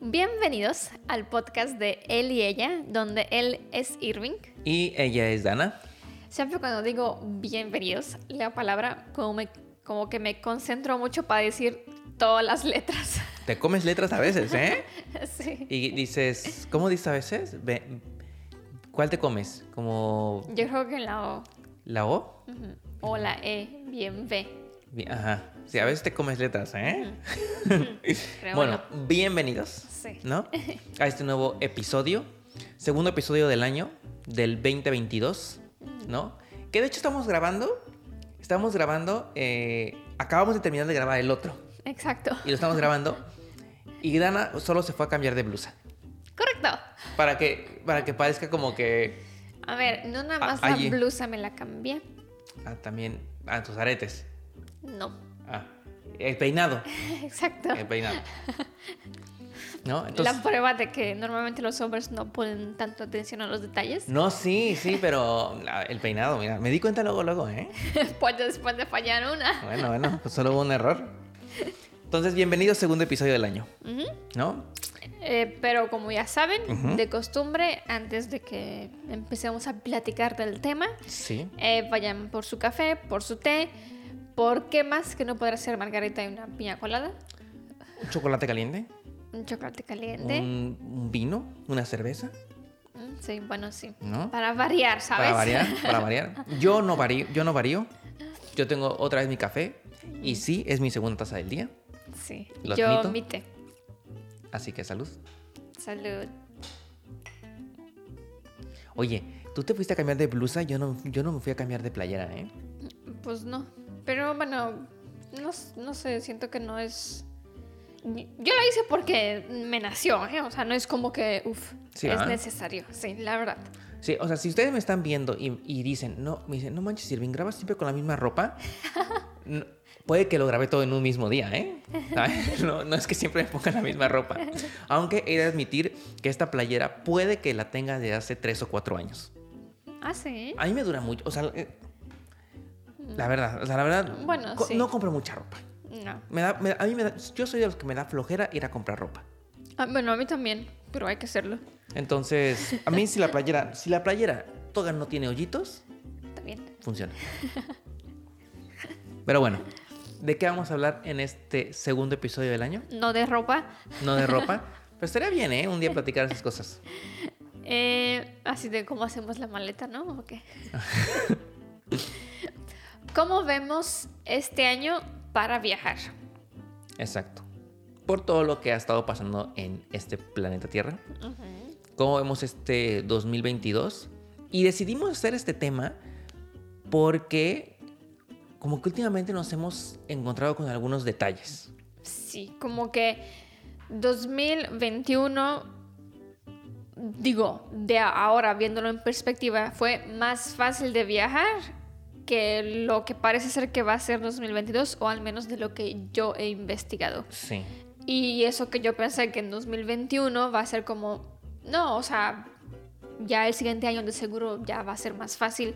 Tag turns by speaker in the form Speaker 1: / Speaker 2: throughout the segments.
Speaker 1: Bienvenidos al podcast de Él y Ella, donde él es Irving.
Speaker 2: Y ella es Dana.
Speaker 1: Siempre cuando digo bienvenidos, la palabra como, me- como que me concentro mucho para decir todas las letras.
Speaker 2: Te comes letras a veces, ¿eh?
Speaker 1: sí.
Speaker 2: Y dices, ¿cómo dices a veces? Ve- ¿Cuál te comes? ¿Como
Speaker 1: Yo creo que la O.
Speaker 2: la O?
Speaker 1: Ujú. O la E, bien B.
Speaker 2: Bi- Ajá. Sí, a veces te comes letras, ¿eh?
Speaker 1: Creo
Speaker 2: Bueno, bienvenidos,
Speaker 1: Sí.
Speaker 2: ¿no? A este nuevo episodio. Segundo episodio del año, del 2022, ¿no? Que de hecho estamos grabando. Estamos grabando. eh, acabamos de terminar de grabar el otro.
Speaker 1: Exacto.
Speaker 2: Y lo estamos grabando. Y Dana solo se fue a cambiar de blusa.
Speaker 1: Correcto.
Speaker 2: Para que, para que parezca como que
Speaker 1: A ver, no nada
Speaker 2: Ah,
Speaker 1: más
Speaker 2: allí.
Speaker 1: la blusa me la cambié.
Speaker 2: ah, también a tus aretes.
Speaker 1: No.
Speaker 2: Ah, el peinado,
Speaker 1: Exacto.
Speaker 2: el peinado. ¿No?
Speaker 1: la
Speaker 2: Eh, Entonces,
Speaker 1: prueba de que normalmente los hombres no ponen tanto atención a los detalles.
Speaker 2: no, sí, sí, pero ah, el peinado, mira, me di cuenta luego luego, ¿eh?
Speaker 1: Pues después de fallar una.
Speaker 2: Bueno, bueno, pues solo hubo un error. Entonces, bienvenido al segundo episodio del año,
Speaker 1: Ujú.
Speaker 2: ¿no?
Speaker 1: Eh, pero como ya saben,
Speaker 2: Ujú.
Speaker 1: de costumbre, antes de que empecemos a platicar del tema,
Speaker 2: Sí.
Speaker 1: eh, vayan por su café, por su té, por qué más que no podrá ser margarita y una piña colada,
Speaker 2: Un chocolate caliente,
Speaker 1: un chocolate caliente.
Speaker 2: un, un vino, una cerveza,
Speaker 1: Mm, Sí, bueno, sí.
Speaker 2: ¿no?
Speaker 1: Para variar, ¿sabes?
Speaker 2: Para variar, para variar. Yo no varío, yo no varío. Yo tengo otra vez mi café y sí, es mi segunda taza del día,
Speaker 1: Sí,
Speaker 2: Lo
Speaker 1: yo
Speaker 2: admito.
Speaker 1: mi té.
Speaker 2: así que salud.
Speaker 1: Salud.
Speaker 2: Oye, tú te fuiste a cambiar de blusa, yo no, yo no me fui a cambiar de playera, ¿eh?
Speaker 1: Pues no. Pero bueno, no, s- no sé, siento que no es. Yo la hice porque me nació, ¿eh? O sea, no es como que, uff,
Speaker 2: Sí,
Speaker 1: es
Speaker 2: ¿verdad?
Speaker 1: necesario, sí, la verdad.
Speaker 2: Sí, o sea, si ustedes me están viendo y, y dicen, no, me dicen, no manches, Irving, ¿grabas siempre con la misma ropa? No, puede que lo grabé todo en un mismo día, ¿eh? ¿Sabes? No, no es que siempre me pongan la misma ropa. Aunque he de admitir que esta playera puede que la tenga de hace tres o cuatro años.
Speaker 1: Ah, sí.
Speaker 2: A mí me dura mucho, o sea, eh, la verdad, o sea, la verdad,
Speaker 1: Mm. Bueno,
Speaker 2: co-
Speaker 1: sí.
Speaker 2: no compro mucha ropa.
Speaker 1: No.
Speaker 2: Me da- me da- a mí me da- yo soy de los que me da flojera ir a comprar ropa.
Speaker 1: Ah, bueno, a mí también, pero hay que hacerlo.
Speaker 2: Entonces, a mí si la playera, si la playera toga no tiene hoyitos,
Speaker 1: También.
Speaker 2: funciona. Pero bueno, ¿de qué vamos a hablar en este segundo episodio del año?
Speaker 1: No de ropa.
Speaker 2: No de ropa. Pero estaría bien, ¿eh? Un día platicar esas cosas.
Speaker 1: Eh, así de cómo hacemos la maleta, ¿no? ¿O qué? ¿Cómo vemos este año para viajar?
Speaker 2: Exacto. Por todo lo que ha estado pasando en este planeta Tierra. ¿Cómo vemos este 2022? Y decidimos hacer este tema porque como que últimamente nos hemos encontrado con algunos detalles.
Speaker 1: Sí, como que 2021, digo, de ahora viéndolo en perspectiva, fue más fácil de viajar que lo que parece ser que va a ser 2022, o al menos de lo que yo he investigado.
Speaker 2: Sí.
Speaker 1: Y eso que yo pensé que en 2021 va a ser como, no, o sea, ya el siguiente año de seguro ya va a ser más fácil.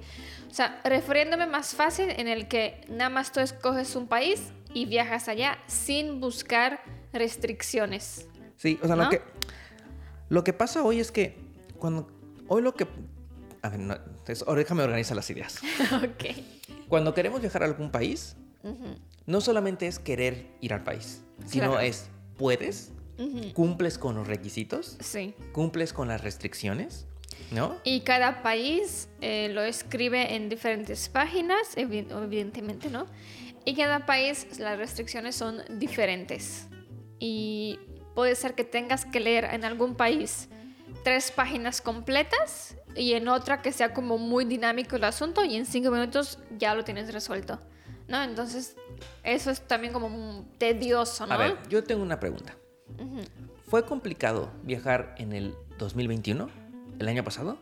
Speaker 1: O sea, refiriéndome más fácil en el que nada más tú escoges un país y viajas allá sin buscar restricciones.
Speaker 2: Sí, o sea,
Speaker 1: ¿No?
Speaker 2: lo, que, lo que pasa hoy es que cuando... Hoy lo que... A ver, no, es- ahora déjame organizar las ideas.
Speaker 1: ok.
Speaker 2: Cuando queremos viajar a algún país,
Speaker 1: Ujú,
Speaker 2: no solamente es querer ir al país, sino
Speaker 1: Claro.
Speaker 2: es puedes,
Speaker 1: ujú.
Speaker 2: cumples con los requisitos,
Speaker 1: Sí.
Speaker 2: cumples con las restricciones, ¿no?
Speaker 1: Y cada país eh, lo escribe en diferentes páginas, evi- evidentemente, ¿no? Y cada país las restricciones son diferentes. Y puede ser que tengas que leer en algún país tres páginas completas y en otra que sea como muy dinámico el asunto y en cinco minutos ya lo tienes resuelto, ¿no? Entonces eso es también como mm, tedioso, ¿no?
Speaker 2: A ver, yo tengo una pregunta.
Speaker 1: Ujú.
Speaker 2: ¿Fue complicado viajar en el 2021, el año pasado?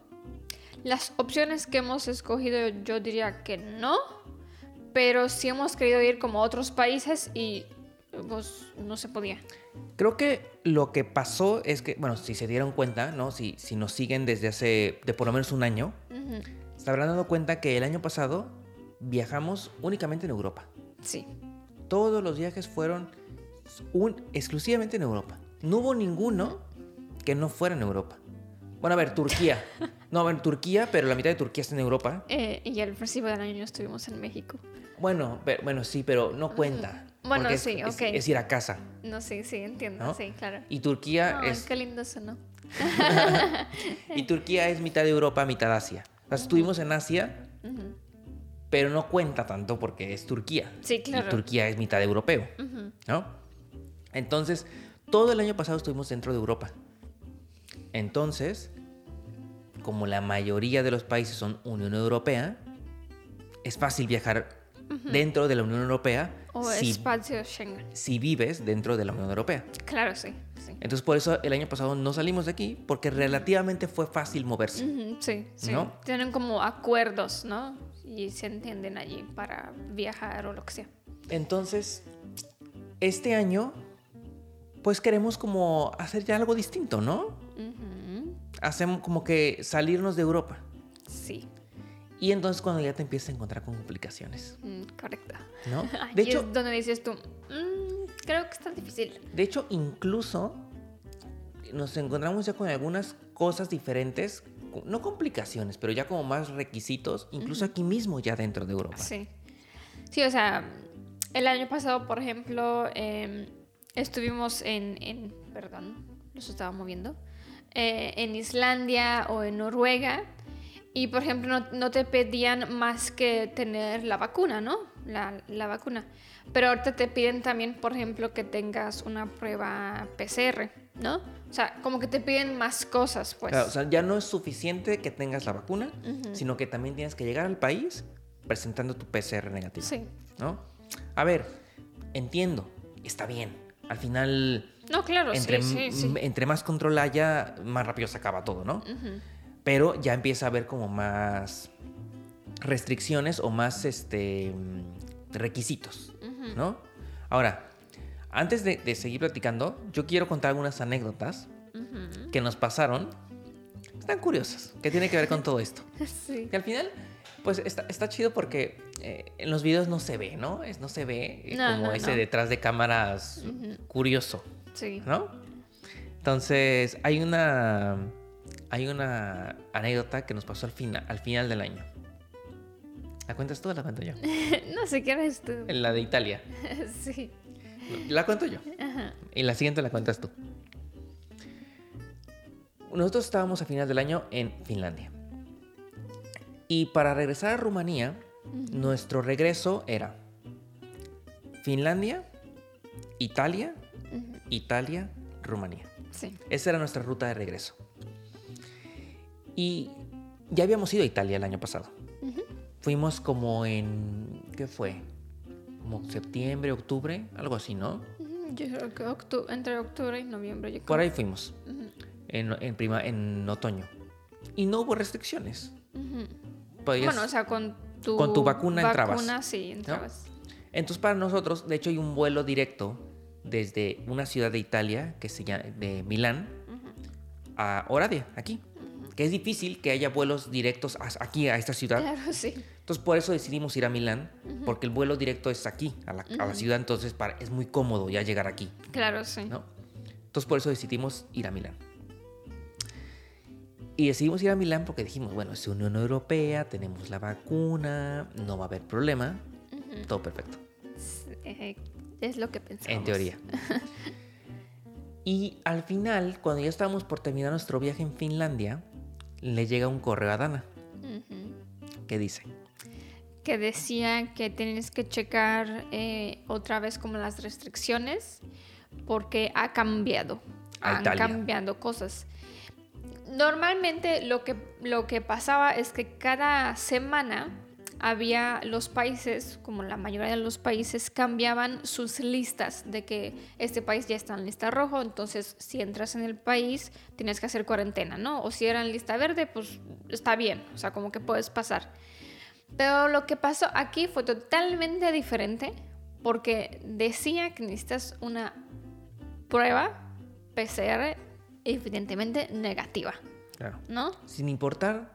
Speaker 1: Las opciones que hemos escogido yo diría que no, pero sí hemos querido ir como a otros países y pues no se podía.
Speaker 2: Creo que lo que pasó es que, bueno, si se dieron cuenta, ¿no? Si, si nos siguen desde hace, de por lo menos un año,
Speaker 1: Ujú,
Speaker 2: se habrán dado cuenta que el año pasado viajamos únicamente en Europa.
Speaker 1: Sí,
Speaker 2: Todos los viajes fueron un- exclusivamente en Europa. No hubo ninguno que no fuera en Europa. Bueno, a ver, Turquía. No, a ver, Turquía, pero la mitad de Turquía está en Europa.
Speaker 1: Eh, y el principio del año estuvimos en México.
Speaker 2: Bueno, pero- bueno sí, pero no cuenta.
Speaker 1: Bueno,
Speaker 2: porque es-
Speaker 1: sí,
Speaker 2: es-
Speaker 1: ok.
Speaker 2: es ir a casa.
Speaker 1: No, sí, sí, entiendo,
Speaker 2: ¿No?
Speaker 1: sí, claro. Ah,
Speaker 2: Y Turquía
Speaker 1: Ay,
Speaker 2: es
Speaker 1: qué lindo sonó.
Speaker 2: y Turquía es mitad de Europa, mitad Asia. O sea, estuvimos en Asia,
Speaker 1: Ujú,
Speaker 2: pero no cuenta tanto porque es Turquía.
Speaker 1: Sí, claro.
Speaker 2: Y Turquía es mitad europeo,
Speaker 1: ujú.
Speaker 2: ¿no? Entonces, todo el año pasado estuvimos dentro de Europa. Entonces, como la mayoría de los países son Unión Europea, es fácil viajar dentro de la Unión Europea
Speaker 1: O
Speaker 2: si,
Speaker 1: espacio Schengen.
Speaker 2: si vives dentro de la Unión Europea.
Speaker 1: Claro, sí, sí.
Speaker 2: Entonces, por eso el año pasado no salimos de aquí, porque relativamente fue fácil moverse.
Speaker 1: Ujú, Sí, sí.
Speaker 2: ¿No?
Speaker 1: Tienen como acuerdos, ¿no? Y se entienden allí para viajar o lo que sea.
Speaker 2: Entonces, este año, pues queremos como hacer ya algo distinto, ¿no?
Speaker 1: Ujú,
Speaker 2: Hacemos como que salirnos de Europa.
Speaker 1: Sí,
Speaker 2: Y entonces cuando ya te empiezas a encontrar con complicaciones,
Speaker 1: mm, correcto.
Speaker 2: ¿no?
Speaker 1: Allí
Speaker 2: De hecho,
Speaker 1: es donde dices tú, "Mm, creo que está difícil.
Speaker 2: de hecho, incluso nos encontramos ya con algunas cosas diferentes, co- no complicaciones, pero ya como más requisitos, incluso aquí mismo ya dentro de Europa.
Speaker 1: Sí. Sí, o sea, el año pasado, por ejemplo, em, estuvimos en, en- Perdón, los estaba moviendo. eh, en Islandia o en Noruega. Y, por ejemplo, no, no te pedían más que tener la vacuna, ¿no? La, la vacuna. Pero ahorita te piden también, por ejemplo, que tengas una prueba PCR, ¿no? O sea, como que te piden más cosas, pues.
Speaker 2: Claro, o sea, ya no es suficiente que tengas la vacuna,
Speaker 1: Ujú.
Speaker 2: sino que también tienes que llegar al país presentando tu PCR negativo.
Speaker 1: sí.
Speaker 2: ¿no? A ver, entiendo, está bien. Al final,
Speaker 1: No, claro,
Speaker 2: entre,
Speaker 1: sí, sí, sí.
Speaker 2: m- entre más control haya, más rápido se acaba todo, ¿no?
Speaker 1: Ujú.
Speaker 2: Pero ya empieza a haber como más restricciones o más este, mm, requisitos,
Speaker 1: Ujú.
Speaker 2: ¿no? Ahora, antes de, de seguir platicando, yo quiero contar algunas anécdotas
Speaker 1: Ujú.
Speaker 2: que nos pasaron. Están curiosas, que tiene que ver con todo esto.
Speaker 1: Sí.
Speaker 2: Que al final, pues está, está chido porque eh, en los videos no se ve, ¿no? Es, no se ve eh,
Speaker 1: No,
Speaker 2: como
Speaker 1: no,
Speaker 2: ese
Speaker 1: no.
Speaker 2: detrás de cámaras
Speaker 1: Ujú.
Speaker 2: curioso,
Speaker 1: Sí.
Speaker 2: ¿no? Entonces, hay una, hay una anécdota que nos pasó al, fina- al final del año. ¿La cuentas tú o la cuento yo?
Speaker 1: No sé qué eres tú.
Speaker 2: La de Italia.
Speaker 1: Sí.
Speaker 2: La cuento yo.
Speaker 1: Ajá.
Speaker 2: Y la siguiente la cuentas tú. Nosotros estábamos a final del año en Finlandia. Y para regresar a Rumanía, nuestro regreso era Finlandia, Italia,
Speaker 1: Ujú.
Speaker 2: Italia, Rumanía.
Speaker 1: Sí.
Speaker 2: Esa era nuestra ruta de regreso. Y ya habíamos ido a Italia el año pasado.
Speaker 1: Ujú.
Speaker 2: Fuimos como en... ¿Qué fue? Como septiembre, octubre, algo así, ¿no?
Speaker 1: Ujú, Mm, Yo creo que octu- entre octubre y noviembre. Yo creo.
Speaker 2: Por ahí fuimos.
Speaker 1: Ujú.
Speaker 2: en, en prima, en otoño. Y no hubo restricciones.
Speaker 1: Ujú.
Speaker 2: Podías-
Speaker 1: Bueno, o sea, con tu,
Speaker 2: Con tu vacuna entrabas,
Speaker 1: vacuna, sí, entrabas.
Speaker 2: Entonces para nosotros, de hecho hay un vuelo directo desde una ciudad de Italia, que se llama, de Milán, a Oradea, aquí. Que es difícil que haya vuelos directos a- aquí, a esta ciudad.
Speaker 1: Claro, sí.
Speaker 2: Entonces por eso decidimos ir a Milán, porque el vuelo directo es aquí, a la, a la ciudad, entonces para- es muy cómodo ya llegar aquí.
Speaker 1: Claro, sí.
Speaker 2: ¿no? Entonces por eso decidimos ir a Milán. Y decidimos ir a Milán porque dijimos, bueno, es Unión Europea, tenemos la vacuna, no va a haber problema,
Speaker 1: Ujú.
Speaker 2: todo perfecto,
Speaker 1: Sí, eh, Es lo que pensamos.
Speaker 2: en teoría. Y al final, cuando ya estábamos por terminar nuestro viaje en Finlandia, le llega un correo a Dana
Speaker 1: Ujú.
Speaker 2: que dice,
Speaker 1: Que decía que tienes que checar eh, otra vez como las restricciones porque ha cambiado.
Speaker 2: A
Speaker 1: han
Speaker 2: Italia.
Speaker 1: cambiado cosas. Normalmente lo que, lo que pasaba es que cada semana había los países, como la mayoría de los países, cambiaban sus listas de que este país ya está en lista rojo, entonces si entras en el país tienes que hacer cuarentena, ¿no? O si era en lista verde, pues está bien, o sea, como que puedes pasar. Pero lo que pasó aquí fue totalmente diferente porque decía que necesitas una prueba PCR evidentemente negativa,
Speaker 2: claro,
Speaker 1: ¿no?
Speaker 2: sin importar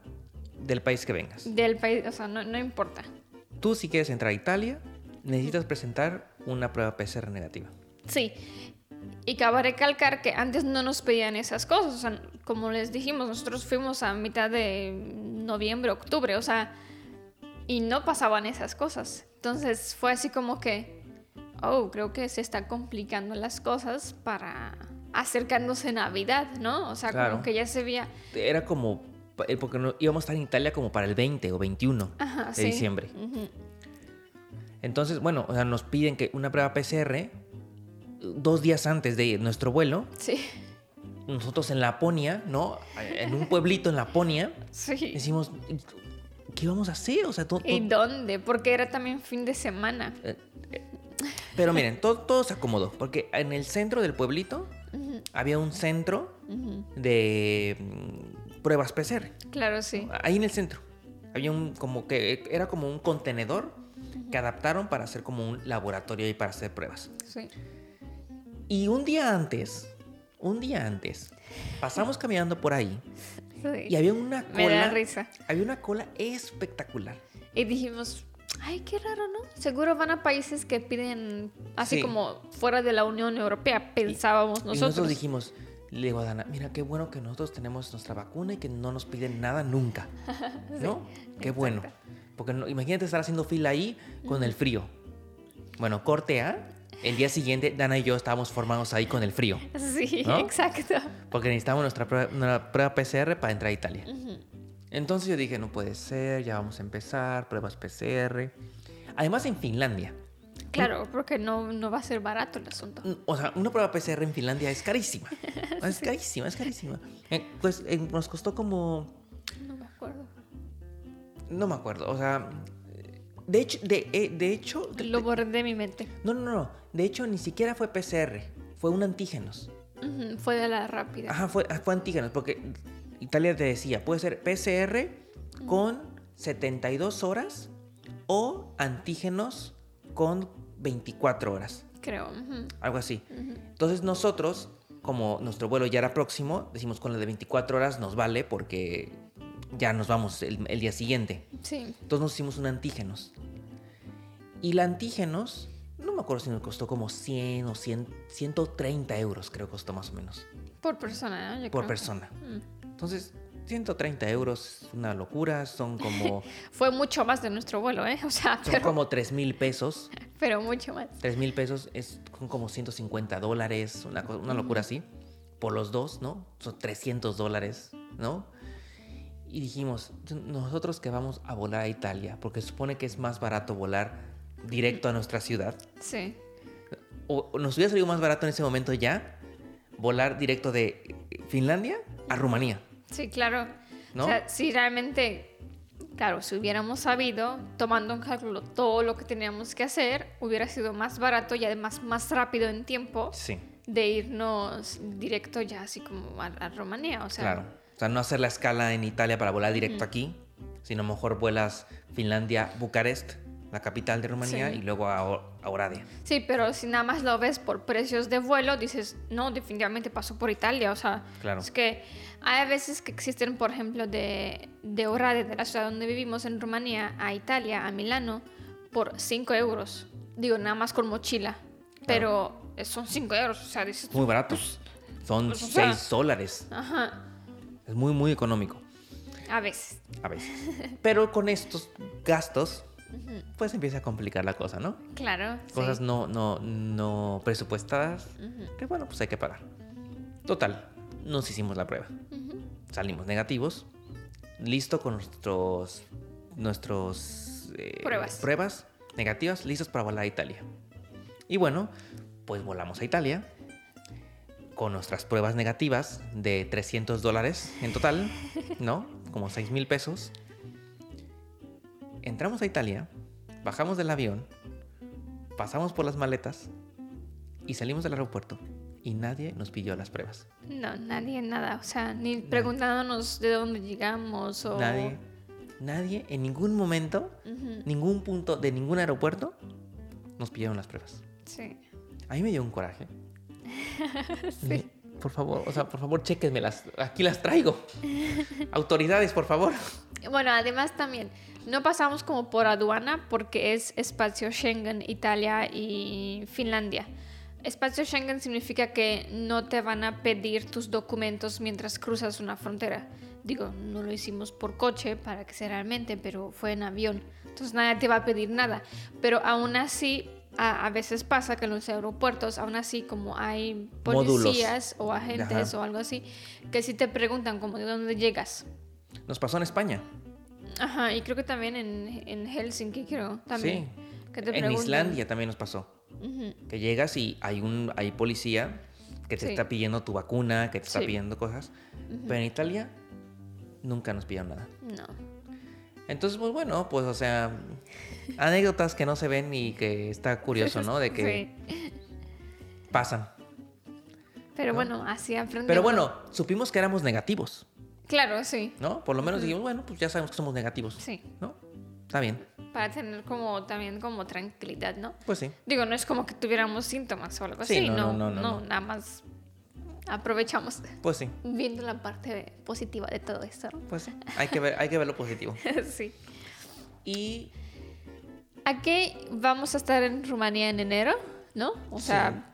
Speaker 2: del país que vengas,
Speaker 1: Del país, o sea, no, no importa.
Speaker 2: tú si quieres entrar a Italia, necesitas presentar una prueba PCR negativa.
Speaker 1: Sí. Y cabe recalcar que antes no nos pedían esas cosas. O sea, como les dijimos, nosotros fuimos a mitad de noviembre, octubre, o sea, y no pasaban esas cosas. Entonces fue así como que, oh, creo que se están complicando las cosas para acercándose Navidad, ¿no? O sea,
Speaker 2: Claro.
Speaker 1: como que ya se veía...
Speaker 2: Era como, pa- eh, porque no- íbamos a estar en Italia como para el 20 o 21
Speaker 1: Ajá,
Speaker 2: de
Speaker 1: sí.
Speaker 2: diciembre.
Speaker 1: Ujú.
Speaker 2: Entonces, bueno, o sea, nos piden que una prueba PCR dos días antes de nuestro vuelo,
Speaker 1: Sí,
Speaker 2: nosotros en Laponia, ¿no? En un pueblito en Laponia,
Speaker 1: sí.
Speaker 2: decimos, ¿qué vamos a hacer? O sea, to- to-
Speaker 1: ¿Y dónde? Porque era también fin de semana.
Speaker 2: eh, eh. Pero miren, todo, todo se acomodó, porque en el centro del pueblito
Speaker 1: Ujú,
Speaker 2: había un centro
Speaker 1: ujú.
Speaker 2: de mm, pruebas PCR.
Speaker 1: Claro, sí.
Speaker 2: Ahí en el centro. Había un como que era como un contenedor que adaptaron para hacer como un laboratorio y para hacer pruebas.
Speaker 1: sí.
Speaker 2: Y un día antes, un día antes, pasamos caminando por ahí
Speaker 1: Sí.
Speaker 2: y había una
Speaker 1: Me da
Speaker 2: cola,
Speaker 1: risa.
Speaker 2: había una cola espectacular.
Speaker 1: Y dijimos, ay, qué raro, ¿no? Seguro van a países que piden así
Speaker 2: Sí.
Speaker 1: como fuera de la Unión Europea, pensábamos
Speaker 2: Y nosotros
Speaker 1: nosotros.
Speaker 2: dijimos, le digo a Dana, mira qué bueno que nosotros tenemos nuestra vacuna y que no nos piden nada nunca. ¿No? qué bueno. Porque no- imagínate estar haciendo fila ahí con el frío. Bueno, corte A. El día siguiente, Dana y yo estábamos formados ahí con el frío.
Speaker 1: Sí,
Speaker 2: ¿No?
Speaker 1: exacto.
Speaker 2: Porque necesitábamos nuestra prueba, una prueba PCR para entrar a Italia. Entonces yo dije, no puede ser, ya vamos a empezar, pruebas PCR. Además en Finlandia.
Speaker 1: Claro, porque no, no va a ser barato el asunto.
Speaker 2: Mm, O sea, una prueba PCR en Finlandia es carísima. Es carísima, es carísima. Eh, Pues eh, nos costó como Mm.
Speaker 1: No me acuerdo.
Speaker 2: No me acuerdo, o sea, de hecho, de, eh, de hecho,
Speaker 1: Lo borré de mi mente.
Speaker 2: no, no, no, de hecho ni siquiera fue PCR, fue un antígenos.
Speaker 1: Ujú, Fue de la rápida.
Speaker 2: Ajá, fue, ah, fue antígenos, porque Italia te decía, puede ser PCR con 72 horas o antígenos con 24 horas,
Speaker 1: Creo. ujú.
Speaker 2: algo así. Entonces nosotros, como nuestro vuelo ya era próximo, decimos con la de 24 horas nos vale porque ya nos vamos el- el día siguiente.
Speaker 1: Sí.
Speaker 2: Entonces nos hicimos un antígenos. Y la antígenos, no me acuerdo si nos costó como 100 o 100, 130 euros, creo que costó más o menos,
Speaker 1: Por persona, ¿no? Yo
Speaker 2: por
Speaker 1: creo.
Speaker 2: persona.
Speaker 1: Mm.
Speaker 2: Entonces, 130 euros es una locura, son como,
Speaker 1: Fue mucho más de nuestro vuelo, ¿eh? O sea,
Speaker 2: son
Speaker 1: pero,
Speaker 2: como 3 mil pesos.
Speaker 1: pero mucho más.
Speaker 2: 3 mil pesos es, son como 150 dólares, una, co- una locura así. Por los dos, ¿no? Son 300 dólares, ¿no? Y dijimos, nosotros que vamos a volar a Italia, porque se supone que es más barato volar directo a nuestra ciudad.
Speaker 1: Sí.
Speaker 2: o o nos hubiera salido más barato en ese momento ya volar directo de Finlandia a Rumanía.
Speaker 1: Sí, claro.
Speaker 2: ¿No?
Speaker 1: O sea, si realmente, claro, si hubiéramos sabido, tomando en cálculo todo lo que teníamos que hacer, hubiera sido más barato y además más rápido en tiempo
Speaker 2: Sí,
Speaker 1: de irnos directo ya así como a, a Rumanía. O sea,
Speaker 2: claro. O sea, no hacer la escala en Italia para volar directo aquí, sino mejor vuelas Finlandia-Bucarest, la capital de Rumanía,
Speaker 1: Sí.
Speaker 2: y luego a, O- a Oradea.
Speaker 1: sí, pero si nada más lo ves por precios de vuelo, dices, no, definitivamente pasó por Italia. O sea,
Speaker 2: Claro.
Speaker 1: es que hay veces que existen, por ejemplo, de, de Oradea, de la ciudad donde vivimos en Rumanía, a Italia, a Milano, por 5 euros. Digo, nada más con mochila. Pero son 5 euros, o sea, dices,
Speaker 2: Muy barato. Son
Speaker 1: pues, o
Speaker 2: 6
Speaker 1: sea-
Speaker 2: dólares.
Speaker 1: ajá,
Speaker 2: Es muy, muy económico
Speaker 1: a veces.
Speaker 2: a veces. Pero con estos gastos, pues empieza a complicar la cosa, ¿no?
Speaker 1: Claro. sí.
Speaker 2: cosas no, no, no presupuestadas, que bueno, pues hay que pagar. Total, nos hicimos la prueba. Salimos negativos, listo con nuestros, nuestros eh,
Speaker 1: Pruebas.
Speaker 2: pruebas negativas, listos para volar a Italia. Y bueno, pues volamos a Italia con nuestras pruebas negativas de 300 dólares en total, ¿no? Como 6 mil pesos. Entramos a Italia, bajamos del avión, pasamos por las maletas y salimos del aeropuerto. Y nadie nos pidió las pruebas.
Speaker 1: No, nadie nada, o sea, ni preguntándonos de dónde llegamos o...
Speaker 2: Nadie, nadie en ningún momento,
Speaker 1: Ujú,
Speaker 2: ningún punto de ningún aeropuerto nos pidieron las pruebas.
Speaker 1: Sí.
Speaker 2: A mí me dio un coraje. Dije, Por favor, o sea, por favor, chequenmelas. Aquí las traigo. Autoridades, por favor.
Speaker 1: Bueno, además también, no pasamos como por aduana porque es espacio Schengen, Italia y Finlandia. Espacio Schengen significa que no te van a pedir tus documentos mientras cruzas una frontera. Digo, no lo hicimos por coche para que se realmente, pero fue en avión. Entonces nadie te va a pedir nada. Pero aún así, a, a veces pasa que en los aeropuertos, aún así como hay
Speaker 2: Módulos.
Speaker 1: policías o agentes
Speaker 2: Ajá.
Speaker 1: o algo así, que sí te preguntan como de dónde llegas.
Speaker 2: Nos pasó en España.
Speaker 1: Ajá, y creo que también en, en Helsinki, creo, también. que te
Speaker 2: en
Speaker 1: preguntan.
Speaker 2: Islandia también nos pasó.
Speaker 1: Ujú.
Speaker 2: Que llegas y hay un hay policía que te
Speaker 1: Sí.
Speaker 2: está pidiendo tu vacuna, que te está
Speaker 1: Sí.
Speaker 2: pidiendo cosas. Pero en Italia nunca nos pidieron nada.
Speaker 1: No.
Speaker 2: Entonces, pues bueno, pues o sea, anécdotas que no se ven y que está curioso, ¿no? De que
Speaker 1: Sí.
Speaker 2: pasan.
Speaker 1: Pero
Speaker 2: ¿no?
Speaker 1: bueno, así aprendemos.
Speaker 2: Pero bueno, supimos que éramos negativos,
Speaker 1: Claro, sí.
Speaker 2: ¿no? Por lo menos dijimos, bueno, pues ya sabemos que somos negativos,
Speaker 1: Sí.
Speaker 2: ¿no? Está bien,
Speaker 1: Para tener como también como tranquilidad, ¿no?
Speaker 2: pues sí.
Speaker 1: Digo, no es como que tuviéramos síntomas o algo
Speaker 2: Sí,
Speaker 1: así, no,
Speaker 2: no, no, no, no, no.
Speaker 1: nada más aprovechamos
Speaker 2: Pues sí,
Speaker 1: viendo la parte positiva de todo esto. ¿no?
Speaker 2: pues sí. Hay que ver, hay que ver lo positivo.
Speaker 1: sí.
Speaker 2: Y
Speaker 1: ¿A qué vamos a estar en Rumanía en enero? ¿No? O
Speaker 2: Sí.
Speaker 1: sea,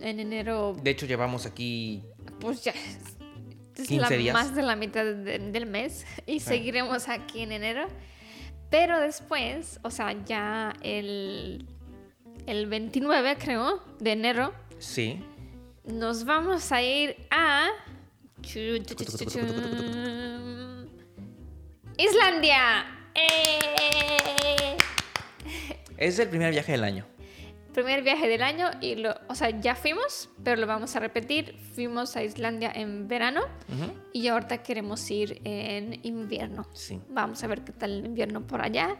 Speaker 1: en enero,
Speaker 2: de hecho llevamos aquí
Speaker 1: pues ya es, es
Speaker 2: 15
Speaker 1: la-
Speaker 2: días.
Speaker 1: más de la mitad de- del mes y
Speaker 2: Sí.
Speaker 1: seguiremos aquí en enero. Pero después, o sea, ya el, el 29, creo, de enero,
Speaker 2: sí,
Speaker 1: Nos vamos a ir a. chu, chu, chu, chu, chu, Islandia. ¡Eh!
Speaker 2: es el primer viaje del año.
Speaker 1: Primer viaje del año y lo, o sea, ya fuimos, pero lo vamos a repetir. Fuimos a Islandia en verano
Speaker 2: Ujú.
Speaker 1: y ahorita queremos ir en invierno.
Speaker 2: Sí.
Speaker 1: Vamos a ver qué tal el invierno por allá.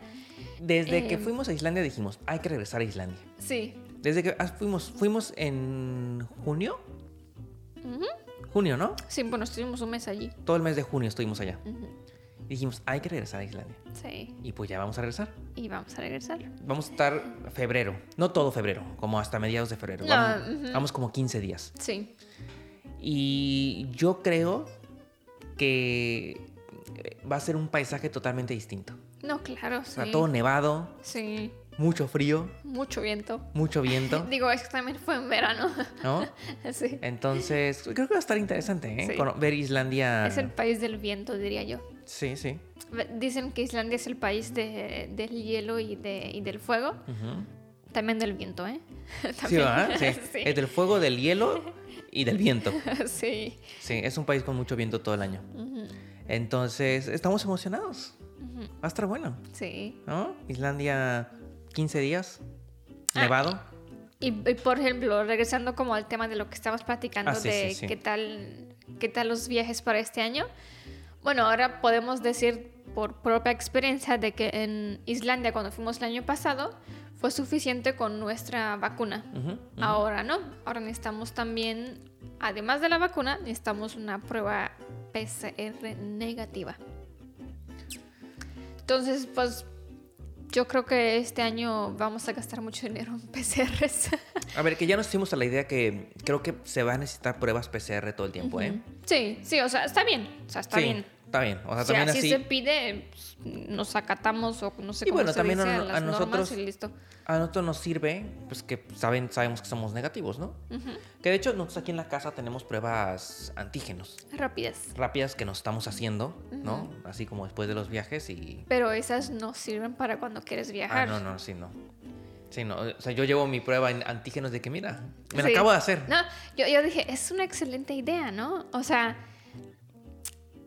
Speaker 2: Desde que
Speaker 1: Em.
Speaker 2: fuimos a Islandia dijimos, hay que regresar a Islandia.
Speaker 1: Sí,
Speaker 2: Desde que ah, fuimos, fuimos en junio. Junio, ¿no?
Speaker 1: sí, bueno, estuvimos un mes allí.
Speaker 2: Todo el mes de junio estuvimos allá.
Speaker 1: Ujú,
Speaker 2: Y dijimos, hay que regresar a Islandia.
Speaker 1: Sí,
Speaker 2: Y pues ya vamos a regresar.
Speaker 1: y vamos a regresar.
Speaker 2: Vamos a estar febrero. No todo febrero, como hasta mediados de febrero.
Speaker 1: No,
Speaker 2: vamos,
Speaker 1: ujú.
Speaker 2: vamos como 15 días.
Speaker 1: Sí,
Speaker 2: Y yo creo que eh, va a ser un paisaje totalmente distinto.
Speaker 1: no, claro, sí.
Speaker 2: O sea, todo nevado,
Speaker 1: Sí,
Speaker 2: mucho frío,
Speaker 1: mucho viento.
Speaker 2: mucho viento,
Speaker 1: Digo, es que también fue en verano.
Speaker 2: ¿no?
Speaker 1: sí.
Speaker 2: Entonces, creo que va a estar interesante, ¿eh?
Speaker 1: Sí.
Speaker 2: Cono- Ver Islandia.
Speaker 1: Es el país del viento, diría yo.
Speaker 2: Sí, sí.
Speaker 1: Ve- Dicen que Islandia es el país de- del hielo y, de, y del fuego.
Speaker 2: Ujú.
Speaker 1: También del viento, ¿eh?
Speaker 2: Sí, ¿verdad? Sí.
Speaker 1: Sí.
Speaker 2: Es del fuego, del hielo y del viento.
Speaker 1: sí.
Speaker 2: Sí, es un país con mucho viento todo el año.
Speaker 1: Ujú,
Speaker 2: Entonces, estamos emocionados.
Speaker 1: ujú.
Speaker 2: Va a estar bueno,
Speaker 1: Sí.
Speaker 2: ¿no? Islandia, 15 días,
Speaker 1: Ah.
Speaker 2: nevado.
Speaker 1: Y, y, por ejemplo, regresando como al tema de lo que estabas platicando
Speaker 2: Ah, sí,
Speaker 1: de
Speaker 2: sí, sí.
Speaker 1: qué tal qué tal los viajes para este año. Bueno, ahora podemos decir por propia experiencia de que en Islandia cuando fuimos el año pasado fue suficiente con nuestra vacuna.
Speaker 2: Ujú, ujú.
Speaker 1: Ahora no, ahora necesitamos también, además de la vacuna, necesitamos una prueba PCR negativa. Entonces, pues yo creo que este año vamos a gastar mucho dinero en PCRs.
Speaker 2: A ver, que ya nos fuimos a la idea que creo que se va a necesitar pruebas PCR todo el tiempo, ¿eh?
Speaker 1: Sí, sí, o sea, está bien, o sea, está
Speaker 2: sí,
Speaker 1: bien.
Speaker 2: está bien. O sea,
Speaker 1: si
Speaker 2: también
Speaker 1: así,
Speaker 2: así.
Speaker 1: se pide, pues, nos acatamos o no sé
Speaker 2: Y
Speaker 1: cómo
Speaker 2: bueno,
Speaker 1: se
Speaker 2: también
Speaker 1: dice,
Speaker 2: a-
Speaker 1: las
Speaker 2: a
Speaker 1: normas
Speaker 2: nosotros-
Speaker 1: y listo.
Speaker 2: A nosotros nos sirve, pues que saben, sabemos que somos negativos, ¿no? Que de hecho, nosotros aquí en la casa tenemos pruebas antígenos.
Speaker 1: Rápidas.
Speaker 2: rápidas que nos estamos haciendo, ¿no? Así como después de los viajes y...
Speaker 1: Pero esas no sirven para cuando quieres
Speaker 2: Ah,
Speaker 1: viajar.
Speaker 2: no, no, sí, no. Sí, no. O sea, yo llevo mi prueba en antígenos de que, mira, me la
Speaker 1: Sí.
Speaker 2: acabo de hacer.
Speaker 1: No, yo, yo dije, es una excelente idea, ¿no? O sea,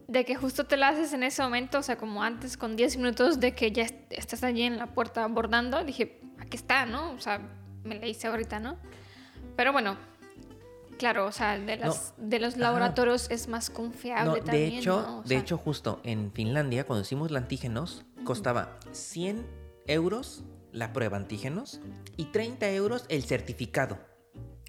Speaker 1: de que justo te la haces en ese momento, o sea, como antes con 10 minutos de que ya est- estás allí en la puerta abordando, dije, aquí está, ¿no? O sea, me la hice ahorita, ¿no? Pero bueno, claro, o sea, de, las, de los
Speaker 2: Ajá.
Speaker 1: laboratorios es más confiable
Speaker 2: No, de
Speaker 1: también.
Speaker 2: hecho,
Speaker 1: ¿no? O
Speaker 2: de
Speaker 1: sea,
Speaker 2: hecho, justo en Finlandia, cuando hicimos la antígenos, costaba 100 euros la prueba antígenos y 30 euros el certificado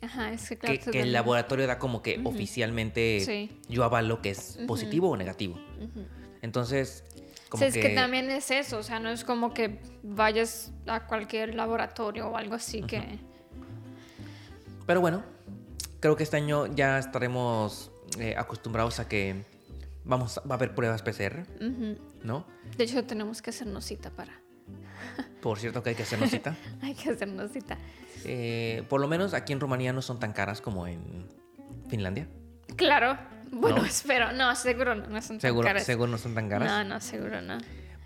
Speaker 1: Ajá, es que claro.
Speaker 2: que,
Speaker 1: te
Speaker 2: que el
Speaker 1: dan-
Speaker 2: laboratorio da como que oficialmente
Speaker 1: Sí.
Speaker 2: yo avalo que es
Speaker 1: Ujú.
Speaker 2: positivo o negativo.
Speaker 1: Ujú.
Speaker 2: Entonces,
Speaker 1: O
Speaker 2: como
Speaker 1: sea, es que... también es eso, o sea, no es como que vayas a cualquier laboratorio o algo así que...
Speaker 2: Pero bueno, creo que este año ya estaremos eh, acostumbrados a que vamos, va a haber pruebas PCR,
Speaker 1: Ujú.
Speaker 2: ¿no?
Speaker 1: De hecho, tenemos que hacernos cita para.
Speaker 2: Por cierto que hay que hacernos cita.
Speaker 1: Hay que hacernos cita.
Speaker 2: Eh, por lo menos aquí en Rumanía no son tan caras como en Finlandia.
Speaker 1: Claro. Bueno,
Speaker 2: No.
Speaker 1: espero. No, seguro no, no son tan
Speaker 2: Seguro,
Speaker 1: caras.
Speaker 2: seguro no son tan caras.
Speaker 1: No, no, seguro no.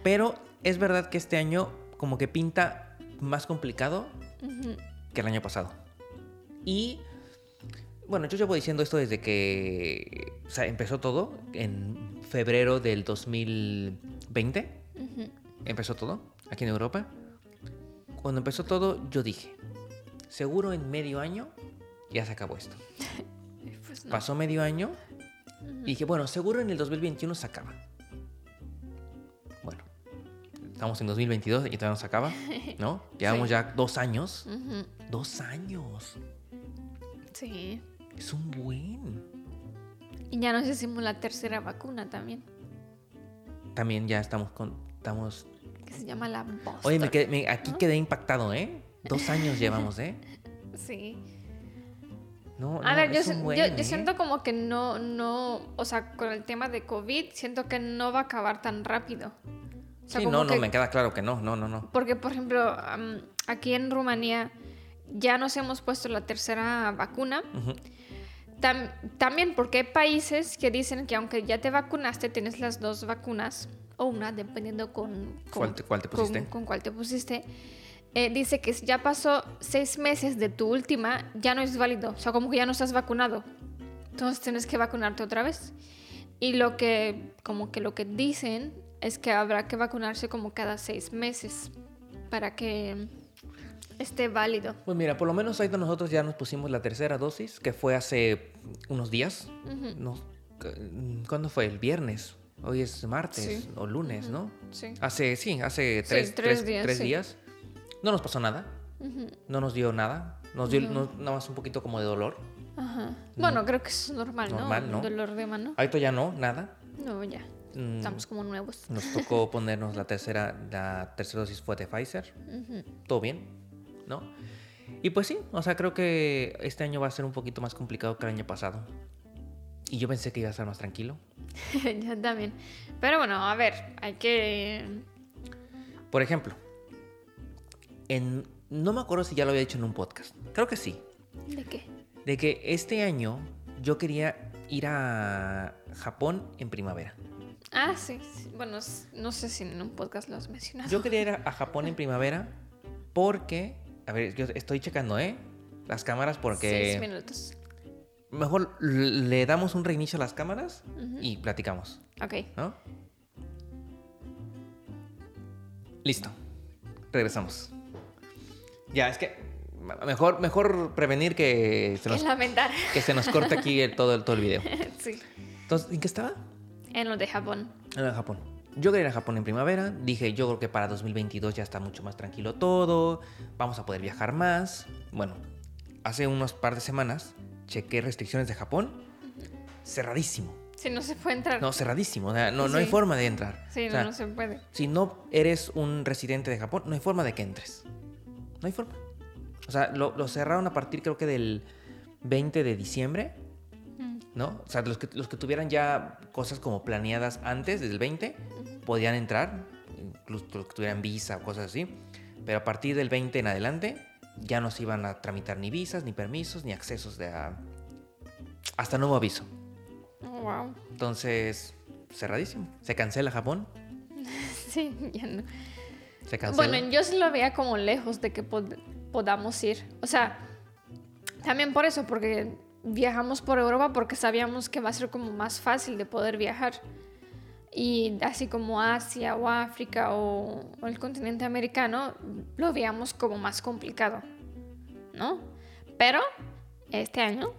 Speaker 2: Pero es verdad que este año como que pinta más complicado
Speaker 1: Ujú.
Speaker 2: que el año pasado. Y bueno, yo llevo diciendo esto desde que o sea, empezó todo, en febrero del 2020, empezó todo, aquí en Europa. Cuando empezó todo, yo dije, seguro en medio año ya se acabó esto.
Speaker 1: Pues no.
Speaker 2: Pasó medio año y dije, bueno, seguro en el 2021 se acaba. Bueno, estamos en 2022 y todavía no se acaba, ¿no? Llevamos
Speaker 1: Sí. Mm.
Speaker 2: ya dos años.
Speaker 1: Ujú.
Speaker 2: Dos años.
Speaker 1: Sí.
Speaker 2: Es un buen.
Speaker 1: Y ya nos hicimos la tercera vacuna también,
Speaker 2: También ya estamos con... Estamos...
Speaker 1: que se llama la Boston.
Speaker 2: Oye, me quedé- me- aquí
Speaker 1: ¿no?
Speaker 2: quedé impactado, ¿eh? Dos años llevamos, ¿eh?
Speaker 1: Sí.
Speaker 2: No,
Speaker 1: A
Speaker 2: no,
Speaker 1: ver, yo,
Speaker 2: es un
Speaker 1: si-
Speaker 2: buen,
Speaker 1: yo- yo
Speaker 2: ¿eh?
Speaker 1: siento como que no, no, o sea, con el tema de COVID, siento que no va a acabar tan rápido. O sea,
Speaker 2: Sí,
Speaker 1: como
Speaker 2: no, no,
Speaker 1: que-
Speaker 2: me queda claro que no, no, no, no.
Speaker 1: Porque, por ejemplo, am, aquí en Rumanía ya nos hemos puesto la tercera vacuna.
Speaker 2: Ujú.
Speaker 1: Tam- también porque hay países que dicen que aunque ya te vacunaste, tienes las dos vacunas, o una, dependiendo con, con-
Speaker 2: ¿Cuál te- cuál te
Speaker 1: con-
Speaker 2: pusiste?
Speaker 1: con cuál te pusiste. Eh, dice que si ya pasó seis meses de tu última, ya no es válido, o sea, como que ya no estás vacunado. Entonces tienes que vacunarte otra vez. Y lo que, como que lo que dicen es que habrá que vacunarse como cada seis meses para que esté válido.
Speaker 2: Pues mira, por lo menos ahí nosotros ya nos pusimos la tercera dosis, que fue hace unos días.
Speaker 1: Ujú.
Speaker 2: No, mm, ¿Cuándo fue? El viernes. Hoy es martes
Speaker 1: Sí.
Speaker 2: o lunes, ¿no?
Speaker 1: Sí.
Speaker 2: Hace, sí, hace
Speaker 1: Sí,
Speaker 2: tres,
Speaker 1: tres
Speaker 2: tres-
Speaker 1: días,
Speaker 2: tres
Speaker 1: sí.
Speaker 2: días. No nos pasó nada.
Speaker 1: Ujú.
Speaker 2: No nos dio nada. Nos dio no- nada más un poquito como de dolor.
Speaker 1: Ajá. Bueno, creo que eso es normal, ¿no?
Speaker 2: Mm. Normal, ¿no?
Speaker 1: Dolor de mano.
Speaker 2: Ahorita ya no, nada.
Speaker 1: No, ya.
Speaker 2: Mm,
Speaker 1: Estamos como nuevos.
Speaker 2: Nos tocó ponernos la tercera, la tercera dosis fue de Pfizer. Todo bien, ¿no? Y pues sí, o sea, creo que este año va a ser un poquito más complicado que el año pasado. Y yo pensé que iba a estar más tranquilo.
Speaker 1: ya también. Pero bueno, a ver, hay que.
Speaker 2: Por ejemplo, en, no me acuerdo si ya lo había dicho en un podcast. Creo que sí.
Speaker 1: ¿De qué?
Speaker 2: De que este año yo quería ir a Japón en primavera.
Speaker 1: Ah, sí. sí. Bueno, s- no sé si en un podcast lo has mencionado.
Speaker 2: Yo quería ir a, a Japón en primavera porque... A ver, yo estoy checando, ¿eh? Las cámaras
Speaker 1: Seis
Speaker 2: porque...
Speaker 1: minutos.
Speaker 2: Mejor l- le damos un reinicio a las cámaras
Speaker 1: Ujú.
Speaker 2: y platicamos,
Speaker 1: Ok.
Speaker 2: ¿no? Listo. Regresamos. Ya, es que... m- Mejor, mejor prevenir que se
Speaker 1: Es
Speaker 2: nos,
Speaker 1: lamentar.
Speaker 2: que se nos corte aquí el- todo, el- todo el video.
Speaker 1: sí.
Speaker 2: Entonces, ¿en qué estaba?
Speaker 1: En lo de Japón.
Speaker 2: Era Japón. Yo quería ir a Japón en primavera. Dije, yo creo que para 2022 ya está mucho más tranquilo todo. Vamos a poder viajar más. Bueno, hace unos par de semanas chequé restricciones de Japón. Cerradísimo.
Speaker 1: Sí, no se puede entrar.
Speaker 2: No, cerradísimo. O sea, no, no hay
Speaker 1: Sí.
Speaker 2: forma de entrar.
Speaker 1: sí,
Speaker 2: O sea,
Speaker 1: no, no se puede.
Speaker 2: Si no eres un residente de Japón, no hay forma de que entres. No hay forma. O sea, lo, lo cerraron a partir creo que del 20 de diciembre.
Speaker 1: Mm.
Speaker 2: ¿no? O sea, los que, los que tuvieran ya cosas como planeadas antes, desde el 20, podían entrar, incluso los que tuvieran visa o cosas así, pero a partir del 20 en adelante ya no se iban a tramitar ni visas, ni permisos, ni accesos de a- hasta nuevo aviso.
Speaker 1: Oh, wow.
Speaker 2: Entonces, cerradísimo. Se cancela Japón,
Speaker 1: Sí, ya no.
Speaker 2: se cancela.
Speaker 1: Bueno, yo sí lo veía como lejos de que pod- podamos ir. O sea, también por eso, porque viajamos por Europa porque sabíamos que va a ser como más fácil de poder viajar. Y así como Asia o África o, o el continente americano, lo veíamos como más complicado, ¿no? Pero este año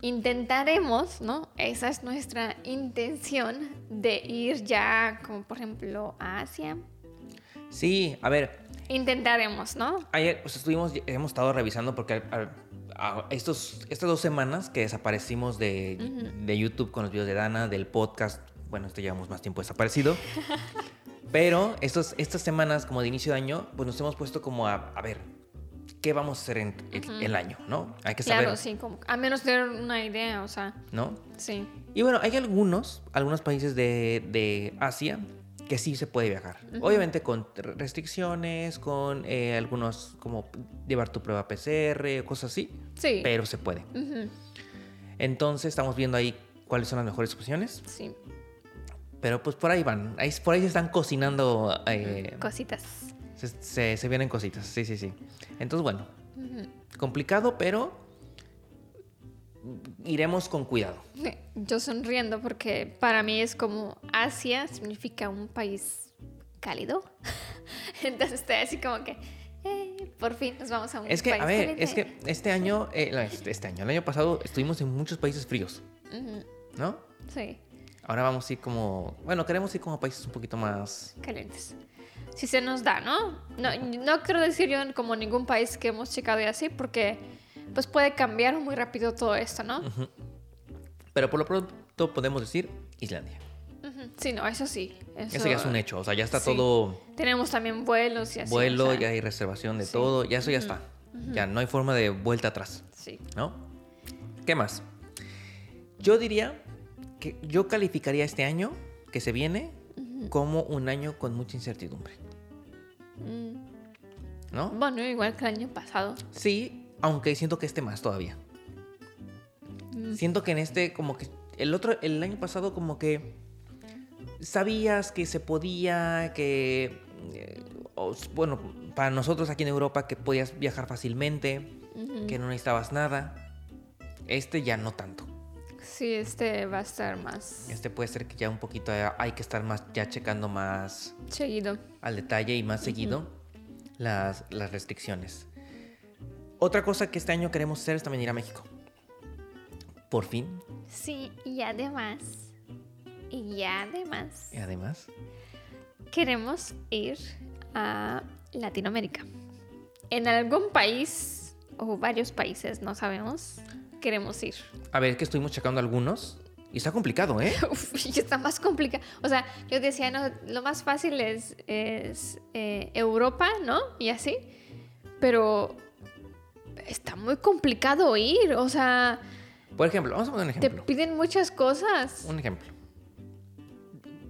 Speaker 1: intentaremos, ¿no? Esa es nuestra intención de ir ya, como por ejemplo, a Asia,
Speaker 2: Sí, a ver,
Speaker 1: Intentaremos, ¿no?
Speaker 2: Ayer pues, estuvimos, hemos estado revisando porque al- al- a estos, estas dos semanas que desaparecimos de, de YouTube con los videos de Dana, del podcast, bueno, este llevamos más tiempo desaparecido, pero estos, estas semanas como de inicio de año, pues nos hemos puesto como a, a ver, ¿qué vamos a hacer en el, el año? ¿No? Hay que saber,
Speaker 1: Claro, sí, como, a menos tener una idea, o sea,
Speaker 2: ¿no?
Speaker 1: sí.
Speaker 2: Y bueno, hay algunos, algunos países de, de Asia que sí se puede viajar. Obviamente con re- restricciones, con eh, algunos como llevar tu prueba PCR o cosas así,
Speaker 1: Sí.
Speaker 2: pero se puede.
Speaker 1: Ujú,
Speaker 2: Entonces estamos viendo ahí cuáles son las mejores opciones,
Speaker 1: Sí.
Speaker 2: pero pues por ahí van, ahí, por ahí se están cocinando, eh,
Speaker 1: Cositas.
Speaker 2: se, se- se vienen cositas, sí, sí, sí. Entonces bueno,
Speaker 1: Ujú.
Speaker 2: complicado, pero iremos con cuidado.
Speaker 1: Yo sonriendo porque para mí es como Asia significa un país cálido. Entonces estoy así como que eh, por fin nos vamos a un
Speaker 2: Es que,
Speaker 1: país
Speaker 2: a ver,
Speaker 1: caliente.
Speaker 2: es que este año, eh, no, este este año, el año pasado estuvimos en muchos países fríos,
Speaker 1: Ujú,
Speaker 2: ¿no?
Speaker 1: Sí,
Speaker 2: Ahora vamos a ir como, bueno, queremos ir como a países un poquito más...
Speaker 1: calientes. Si se nos da, ¿no? No, no quiero decir yo en como ningún país que hemos checado y así porque pues puede cambiar muy rápido todo esto, ¿no?
Speaker 2: Pero por lo pronto podemos decir Islandia.
Speaker 1: Ujú, Sí, no, eso sí. Eso,
Speaker 2: Eso ya es un hecho, o sea, ya está
Speaker 1: sí.
Speaker 2: todo
Speaker 1: Tenemos también vuelos y así. o
Speaker 2: vuelo,
Speaker 1: sea,
Speaker 2: ya hay reservación de
Speaker 1: sí.
Speaker 2: todo, ya eso ya está. Ya no hay forma de vuelta atrás,
Speaker 1: Sí.
Speaker 2: ¿no? ¿Qué más? Yo diría que yo calificaría este año que se viene como un año con mucha incertidumbre,
Speaker 1: Mm,
Speaker 2: ¿no?
Speaker 1: Bueno, igual que el año pasado.
Speaker 2: Sí, aunque siento que este más todavía. Siento que en este, como que. El otro, el año pasado, como que. Sabías que se podía, que. eh, os- bueno, para nosotros aquí en Europa, que podías viajar fácilmente,
Speaker 1: Ujú.
Speaker 2: que no necesitabas nada. Este ya no tanto.
Speaker 1: Sí, este va a estar más
Speaker 2: Este puede ser que ya un poquito haya- hay que estar más, ya checando más
Speaker 1: seguido.
Speaker 2: al detalle y más seguido las, las restricciones. Otra cosa que este año queremos hacer es también ir a México. Por fin,
Speaker 1: Sí, y además, y además,
Speaker 2: y además.
Speaker 1: queremos ir a Latinoamérica. En algún país o varios países, no sabemos, queremos ir.
Speaker 2: A ver, que estuvimos checando algunos y está complicado, ¿eh?
Speaker 1: Uf, y está más complicado. O sea, yo decía, no, lo más fácil es, es, eh, Europa, ¿no? Y así. Pero está muy complicado ir. O sea,
Speaker 2: Por ejemplo, vamos a poner un
Speaker 1: te
Speaker 2: ejemplo.
Speaker 1: piden muchas cosas.
Speaker 2: Un ejemplo.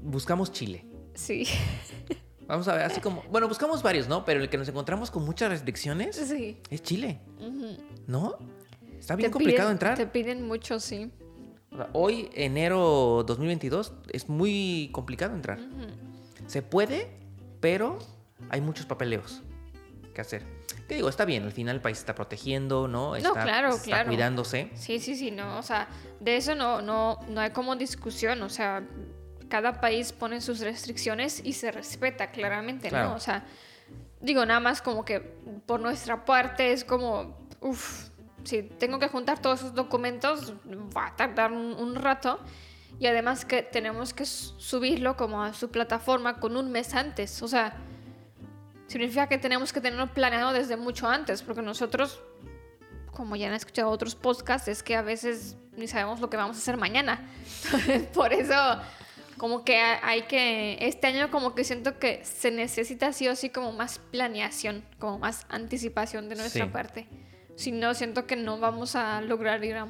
Speaker 2: Buscamos Chile.
Speaker 1: Sí,
Speaker 2: Vamos a ver, así como. Bueno, buscamos varios, ¿no? Pero el que nos encontramos con muchas restricciones
Speaker 1: sí.
Speaker 2: es Chile,
Speaker 1: Ujú.
Speaker 2: ¿no? Está bien
Speaker 1: Te
Speaker 2: complicado
Speaker 1: piden-
Speaker 2: entrar.
Speaker 1: Te piden mucho, sí.
Speaker 2: O sea, hoy, enero 2022, es muy complicado entrar. Se puede, pero hay muchos papeleos que hacer. ¿Qué digo? Está bien, al final el país está protegiendo, ¿no? Está,
Speaker 1: claro,
Speaker 2: está
Speaker 1: claro.
Speaker 2: cuidándose.
Speaker 1: Sí, sí, sí, no, o sea, de eso no, no, no hay como discusión, o sea, cada país pone sus restricciones y se respeta claramente,
Speaker 2: Claro.
Speaker 1: ¿no? O sea, digo, nada más como que por nuestra parte es como, uff, si tengo que juntar todos esos documentos, va a tardar un, un rato. Y además que tenemos que su- subirlo como a su plataforma con un mes antes, o sea, significa que tenemos que tenerlo planeado desde mucho antes, porque nosotros como ya han escuchado otros podcasts, es que a veces ni sabemos lo que vamos a hacer mañana. Entonces, Por eso, como que ha- hay que, este año como que siento que se necesita sí o sí como más planeación, como más anticipación de nuestra
Speaker 2: Sí.
Speaker 1: parte. Si no, siento que no vamos a lograr ir a,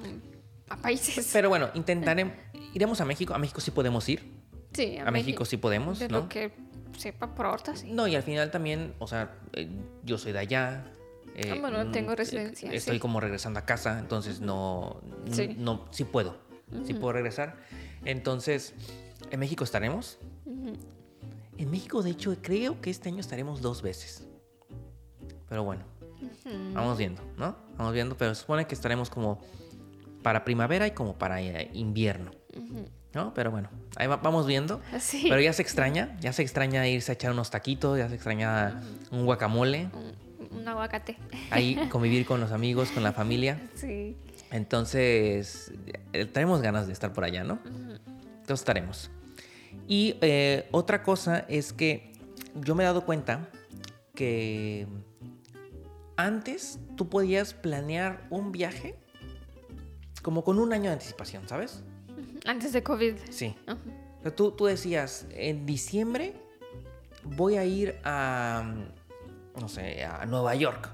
Speaker 1: a países.
Speaker 2: Pero bueno, intentaremos. Iremos a México. A México sí podemos ir.
Speaker 1: sí,
Speaker 2: A México sí podemos,
Speaker 1: De
Speaker 2: ¿no?
Speaker 1: lo que sepa por ahorita, Ah, sí.
Speaker 2: No, y al final también, o sea, eh, yo soy de allá. eh,
Speaker 1: Ah, bueno,
Speaker 2: mm,
Speaker 1: tengo
Speaker 2: eh,
Speaker 1: residencia,
Speaker 2: Estoy
Speaker 1: sí.
Speaker 2: como regresando a casa, entonces no. n-
Speaker 1: Sí.
Speaker 2: No, sí puedo. Sí puedo regresar. Entonces, en México estaremos.
Speaker 1: Ujú.
Speaker 2: En México, de hecho, creo que este año estaremos dos veces. Pero bueno, vamos viendo, ¿no? Vamos viendo, pero se supone que estaremos como para primavera y como para eh, invierno, ¿no? Pero bueno, ahí va- vamos viendo.
Speaker 1: Así.
Speaker 2: Pero ya se extraña, ya se extraña irse a echar unos taquitos, ya se extraña un guacamole,
Speaker 1: Un, un aguacate.
Speaker 2: ahí convivir con los amigos, con la familia.
Speaker 1: Sí.
Speaker 2: Entonces, eh, tenemos ganas de estar por allá, ¿no? Entonces estaremos. Y eh, otra cosa es que yo me he dado cuenta que antes tú podías planear un viaje como con un año de anticipación, ¿sabes?
Speaker 1: Antes de COVID.
Speaker 2: Sí.
Speaker 1: Ujú.
Speaker 2: O sea, tú, tú decías, en diciembre voy a ir a, mm, no sé, a Nueva York.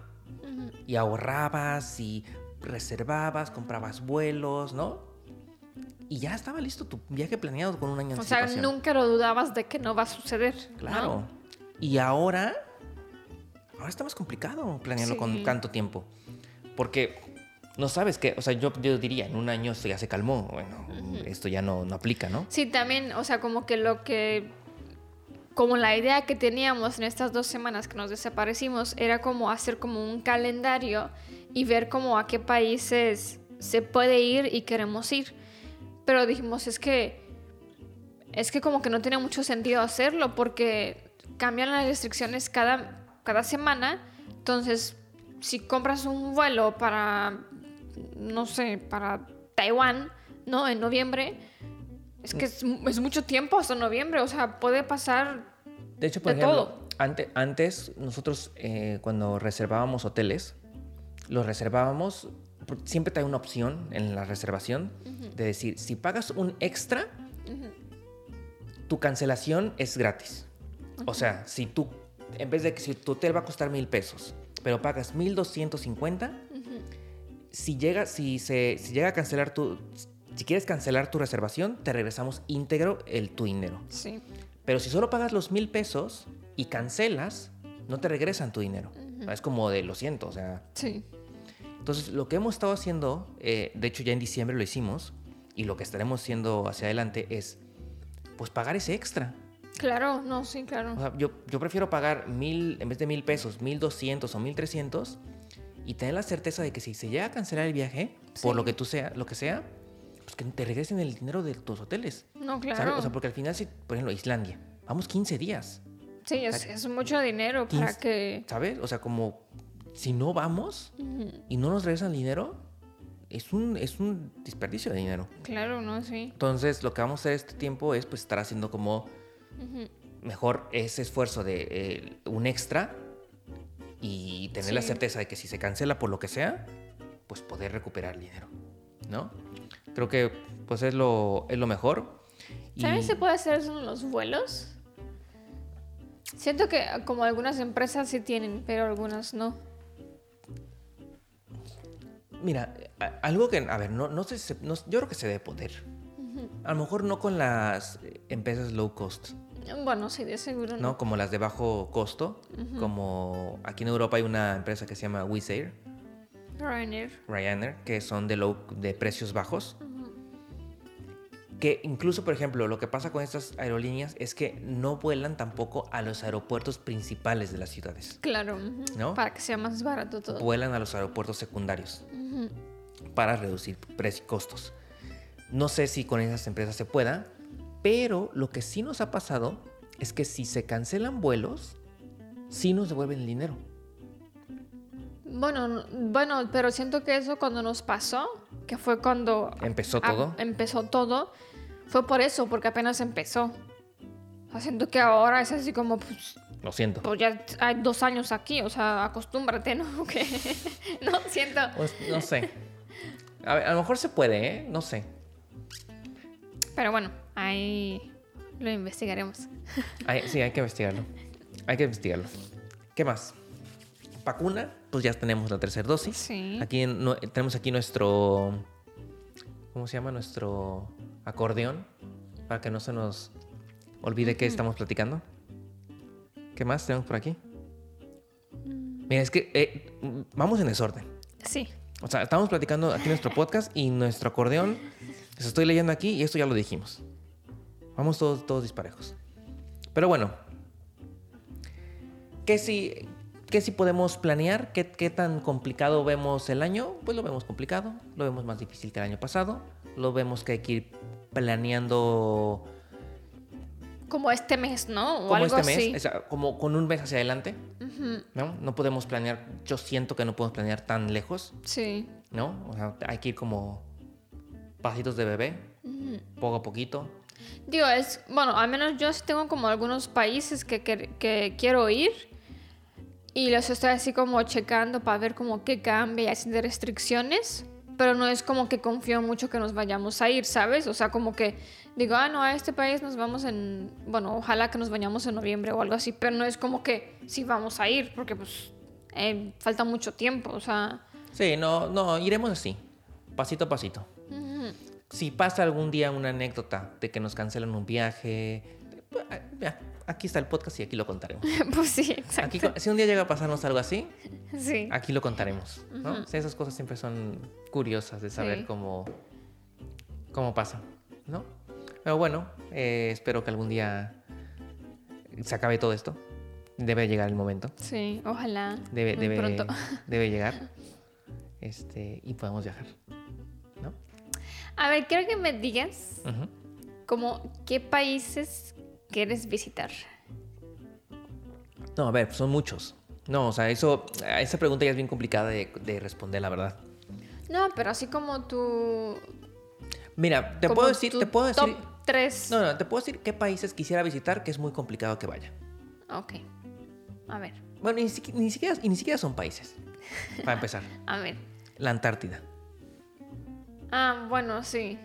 Speaker 2: Y ahorrabas y reservabas, comprabas vuelos, ¿no? Y ya estaba listo tu viaje planeado con un año de
Speaker 1: O sea,
Speaker 2: anticipación.
Speaker 1: nunca lo dudabas de que no va a suceder. ¿no?
Speaker 2: Claro. Y ahora, ahora está más complicado planearlo
Speaker 1: Sí.
Speaker 2: con tanto tiempo. Porque no sabes qué, o sea, yo, yo diría, en un año esto ya se calmó, bueno, esto ya no, no aplica, ¿no?
Speaker 1: Sí, también, o sea, como que lo que. Como la idea que teníamos en estas dos semanas que nos desaparecimos era como hacer como un calendario y ver como a qué países se puede ir y queremos ir. Pero dijimos, es que. Es que como que no tiene mucho sentido hacerlo porque cambian las restricciones cada, cada semana. Entonces, si compras un vuelo para. No sé, para Taiwán, ¿no? En noviembre. Es que es, mu- es mucho tiempo hasta noviembre, o sea, puede pasar.
Speaker 2: De hecho, por
Speaker 1: De
Speaker 2: ejemplo,
Speaker 1: todo.
Speaker 2: ante- antes nosotros eh, cuando reservábamos hoteles, los reservábamos, por- siempre trae una opción en la reservación de decir, si pagas un extra, tu cancelación es gratis. O sea, si tú, en vez de que si tu hotel va a costar mil pesos, pero pagas mil doscientos cincuenta, si llega, si se, si llega a cancelar tu, si quieres cancelar tu reservación, te regresamos íntegro el tu dinero.
Speaker 1: Sí.
Speaker 2: Pero si solo pagas los mil pesos y cancelas, no te regresan tu dinero. Es como de lo siento, o sea.
Speaker 1: Sí.
Speaker 2: Entonces, lo que hemos estado haciendo, eh, de hecho ya en diciembre lo hicimos, y lo que estaremos haciendo hacia adelante es, pues pagar ese extra.
Speaker 1: Claro, no, sí, claro.
Speaker 2: O sea, yo, yo prefiero pagar mil, en vez de mil pesos, mil doscientos o mil trescientos, y tener la certeza de que si se llega a cancelar el viaje, por
Speaker 1: Sí.
Speaker 2: lo que tú sea, lo que sea, pues que te regresen el dinero de tus hoteles.
Speaker 1: No,
Speaker 2: ¿sabes?
Speaker 1: claro.
Speaker 2: O sea, porque al final, si, por ejemplo, Islandia, vamos 15 días.
Speaker 1: sí, es, es mucho dinero para
Speaker 2: Quince-
Speaker 1: que.
Speaker 2: ¿sabes? O sea, como si no vamos
Speaker 1: Ujú,
Speaker 2: y no nos regresan el dinero, es un, es un desperdicio de dinero.
Speaker 1: Claro, no, sí.
Speaker 2: Entonces, lo que vamos a hacer este tiempo es pues estar haciendo como
Speaker 1: Ujú.
Speaker 2: mejor ese esfuerzo de eh, un extra y tener la
Speaker 1: Sí.
Speaker 2: certeza de que si se cancela por lo que sea, pues poder recuperar el dinero, ¿no? Creo que pues es lo, es lo mejor. Y-
Speaker 1: ¿También se puede hacer eso en los vuelos? Siento que ah, como algunas empresas sí tienen, pero algunas no.
Speaker 2: Mira, a- algo que, a ver, no, no sé, si se- no- yo creo que se debe poder. A lo mejor no con las eh, empresas low cost,
Speaker 1: Bueno, sí, de seguro no.
Speaker 2: ¿no? Como las de bajo costo, como aquí en Europa hay una empresa que se llama Wizz Air,
Speaker 1: Ryanair.
Speaker 2: Ryanair, que son de, low, de precios bajos. Que incluso, por ejemplo, lo que pasa con estas aerolíneas es que no vuelan tampoco a los aeropuertos principales de las ciudades.
Speaker 1: Claro. ujú,
Speaker 2: ¿No?
Speaker 1: Para que sea más barato todo.
Speaker 2: Vuelan a los aeropuertos secundarios.
Speaker 1: Ujú.
Speaker 2: para reducir precios costos. No sé si con esas empresas se pueda, pero lo que sí nos ha pasado es que si se cancelan vuelos, sí nos devuelven el dinero.
Speaker 1: Bueno, no- bueno, pero siento que eso cuando nos pasó, que fue cuando
Speaker 2: Empezó
Speaker 1: a-
Speaker 2: todo.
Speaker 1: Ah, empezó todo, fue por eso, porque apenas empezó. O sea, siento que ahora es así como, pues,
Speaker 2: Lo siento.
Speaker 1: pues ya hay dos años aquí, o sea, acostúmbrate, ¿no? Que- no, siento.
Speaker 2: Pues, no sé. A, ver, a lo mejor se puede, ¿eh? No sé.
Speaker 1: Pero bueno, ahí lo investigaremos.
Speaker 2: Hay- sí, hay que investigarlo. Hay que investigarlo. ¿Qué más? Vacuna, pues ya tenemos la tercera dosis.
Speaker 1: Sí.
Speaker 2: Aquí en- no- tenemos aquí nuestro. ¿Cómo se llama? Nuestro acordeón. Para que no se nos olvide que estamos platicando. ¿Qué más tenemos por aquí? Mira, es que eh, mm, vamos en desorden.
Speaker 1: Sí.
Speaker 2: O sea, estamos platicando aquí nuestro podcast y nuestro acordeón. Les estoy leyendo aquí y esto ya lo dijimos. Vamos todos, todos disparejos. Pero bueno. ¿Qué si, qué si podemos planear? ¿Qué, ¿Qué tan complicado vemos el año? Pues lo vemos complicado. Lo vemos más difícil que el año pasado. Lo vemos que hay que ir planeando
Speaker 1: Como este mes, ¿no? O
Speaker 2: como
Speaker 1: algo
Speaker 2: este mes.
Speaker 1: así.
Speaker 2: o sea, como con un mes hacia adelante. ¿no? no podemos planear. Yo siento que no podemos planear tan lejos.
Speaker 1: Sí.
Speaker 2: ¿no? O sea, hay que ir como pasitos de bebé, poco a poquito.
Speaker 1: Digo, es, bueno, al menos yo sí tengo como algunos países que, que- que quiero ir y los estoy así como checando para ver como qué cambia y así de restricciones, pero no es como que confío mucho que nos vayamos a ir, ¿sabes? O sea, como que digo, ah, no, a este país nos vamos en, bueno, ojalá que nos vayamos en noviembre o algo así, pero no es como que sí vamos a ir, porque pues eh, falta mucho tiempo, o sea,
Speaker 2: Sí, no, no, iremos así, pasito a pasito. si pasa algún día una anécdota de que nos cancelan un viaje, pues, ah, ya, aquí está el podcast y aquí lo contaremos.
Speaker 1: pues sí, exacto.
Speaker 2: Aquí, si un día llega a pasarnos algo así,
Speaker 1: sí.
Speaker 2: aquí lo contaremos. ¿no?
Speaker 1: Ujú.
Speaker 2: O sea, esas cosas siempre son curiosas de saber
Speaker 1: Sí.
Speaker 2: cómo, cómo pasa, ¿no? Pero bueno, eh, espero que algún día se acabe todo esto. Debe llegar el momento.
Speaker 1: Sí, ojalá.
Speaker 2: Debe,
Speaker 1: muy
Speaker 2: debe,
Speaker 1: pronto.
Speaker 2: debe llegar. Este, y podamos viajar. ¿no?
Speaker 1: A ver, quiero que me digas
Speaker 2: Ujú.
Speaker 1: como qué países quieres visitar.
Speaker 2: No, a ver, son muchos. No, o sea, eso, esa pregunta ya es bien complicada de, de responder, la verdad.
Speaker 1: No, pero así como tu...
Speaker 2: Mira, te
Speaker 1: como
Speaker 2: puedo decir,
Speaker 1: tu
Speaker 2: te puedo decir.
Speaker 1: Top 3.
Speaker 2: No, no, te puedo decir qué países quisiera visitar que es muy complicado que vaya.
Speaker 1: Ok. A ver,
Speaker 2: Bueno, ni, siqui- ni siquiera, y ni siquiera son países. Para empezar,
Speaker 1: a ver.
Speaker 2: la Antártida.
Speaker 1: Ah, bueno, sí.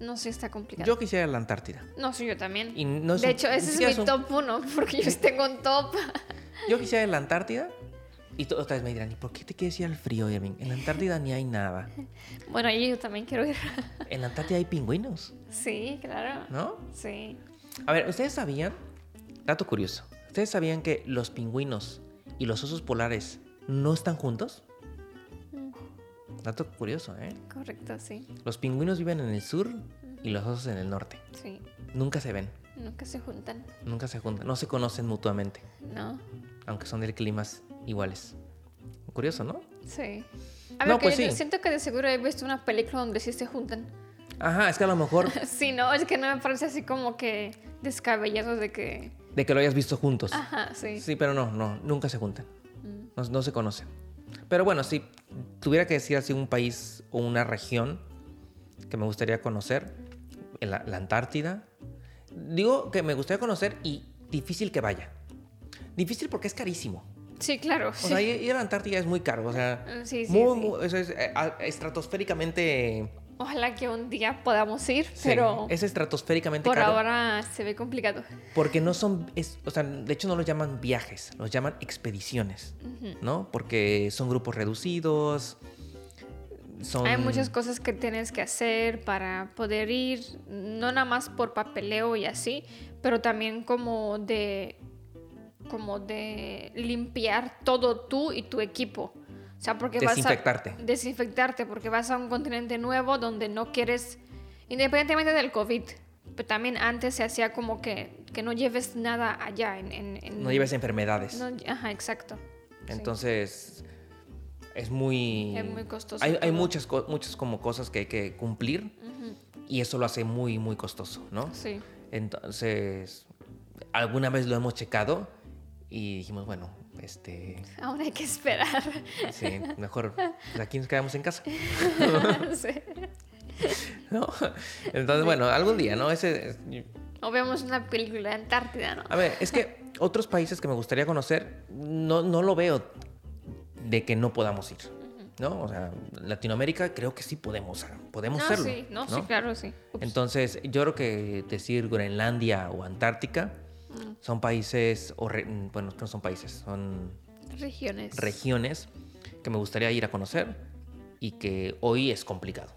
Speaker 1: No sé, está complicado.
Speaker 2: Yo quisiera la Antártida.
Speaker 1: No, sí, yo también.
Speaker 2: Y no es
Speaker 1: de
Speaker 2: un-
Speaker 1: hecho,
Speaker 2: ni
Speaker 1: ese
Speaker 2: siquiera
Speaker 1: es mi
Speaker 2: un-
Speaker 1: top 1, porque yo tengo un top.
Speaker 2: Yo quisiera la Antártida. Y to- otra vez me dirán, ¿y por qué te quieres ir al frío, Irving? En la Antártida ni hay nada.
Speaker 1: Bueno, ahí yo también quiero ir.
Speaker 2: En la Antártida hay pingüinos,
Speaker 1: Sí, claro.
Speaker 2: ¿no?
Speaker 1: Sí.
Speaker 2: A ver, ¿ustedes sabían? Dato curioso. ¿Ustedes sabían que los pingüinos y los osos polares no están juntos?
Speaker 1: Mm.
Speaker 2: Dato curioso, ¿eh?
Speaker 1: Correcto, sí.
Speaker 2: Los pingüinos viven en el sur y los osos en el norte.
Speaker 1: Sí.
Speaker 2: Nunca se ven,
Speaker 1: Nunca se juntan,
Speaker 2: nunca se juntan, no se conocen mutuamente,
Speaker 1: ¿no?
Speaker 2: aunque son de climas iguales. Curioso, ¿no?
Speaker 1: Sí.
Speaker 2: No,
Speaker 1: A ver, que
Speaker 2: pues
Speaker 1: yo
Speaker 2: sí.
Speaker 1: siento que de seguro he visto una película donde sí se juntan.
Speaker 2: Ajá, es que a lo mejor
Speaker 1: Sí, no, es que no me parece así como que descabellado de que.
Speaker 2: de que lo hayas visto juntos.
Speaker 1: Ajá, sí.
Speaker 2: Sí, pero no, no, nunca se juntan.
Speaker 1: Ah, Mm.
Speaker 2: No, no se conocen. Pero bueno, si tuviera que decir así un país o una región que me gustaría conocer, la, la Antártida, digo que me gustaría conocer y difícil que vaya. Difícil porque es carísimo.
Speaker 1: Sí, claro.
Speaker 2: O
Speaker 1: Sí.
Speaker 2: sea, ir ir a la Antártida es muy caro. O sea,
Speaker 1: Sí, sí,
Speaker 2: muy,
Speaker 1: sí.
Speaker 2: muy- eso es, eh, a- estratosféricamente.
Speaker 1: Ojalá que un día podamos ir,
Speaker 2: sí,
Speaker 1: pero
Speaker 2: es estratosféricamente
Speaker 1: por
Speaker 2: caro.
Speaker 1: ahora se ve complicado.
Speaker 2: Porque no son. es- o sea, de hecho no los llaman viajes, los llaman expediciones.
Speaker 1: Ujú.
Speaker 2: ¿no? Porque son grupos reducidos. Son...
Speaker 1: Hay muchas cosas que tienes que hacer para poder ir, no nada más por papeleo y así, pero también como de como de limpiar todo tú y tu equipo. O sea, porque vas a
Speaker 2: Desinfectarte.
Speaker 1: desinfectarte porque vas a un continente nuevo donde no quieres independientemente del COVID, pero también antes se hacía como que, que no lleves nada allá en, en- en-
Speaker 2: No lleves enfermedades.
Speaker 1: no- ajá, exacto. Sí.
Speaker 2: Entonces, es muy...
Speaker 1: Es muy costoso
Speaker 2: Hay, hay
Speaker 1: todo.
Speaker 2: muchas, co- muchas como cosas que hay que cumplir
Speaker 1: Ujú,
Speaker 2: y eso lo hace muy, muy costoso, ¿no?
Speaker 1: sí.
Speaker 2: Entonces, alguna vez lo hemos checado y dijimos, bueno, este...
Speaker 1: Aún hay que esperar.
Speaker 2: sí, mejor pues aquí nos quedamos en casa.
Speaker 1: Sí.
Speaker 2: ¿no? Entonces, bueno, algún día, ¿no? Ese, es-
Speaker 1: O vemos una película de Antártida, ¿no?
Speaker 2: A ver, es que otros países que me gustaría conocer, no, no lo veo de que no podamos ir. ¿No? O sea, Latinoamérica creo que sí podemos, ah, podemos
Speaker 1: No,
Speaker 2: hacerlo.
Speaker 1: sí, no, sí,
Speaker 2: ¿no?
Speaker 1: claro, sí. Ups.
Speaker 2: Entonces, yo creo que decir Groenlandia o Antártica son países, o re- bueno, no son países, son
Speaker 1: Regiones.
Speaker 2: regiones que me gustaría ir a conocer y que hoy es complicado.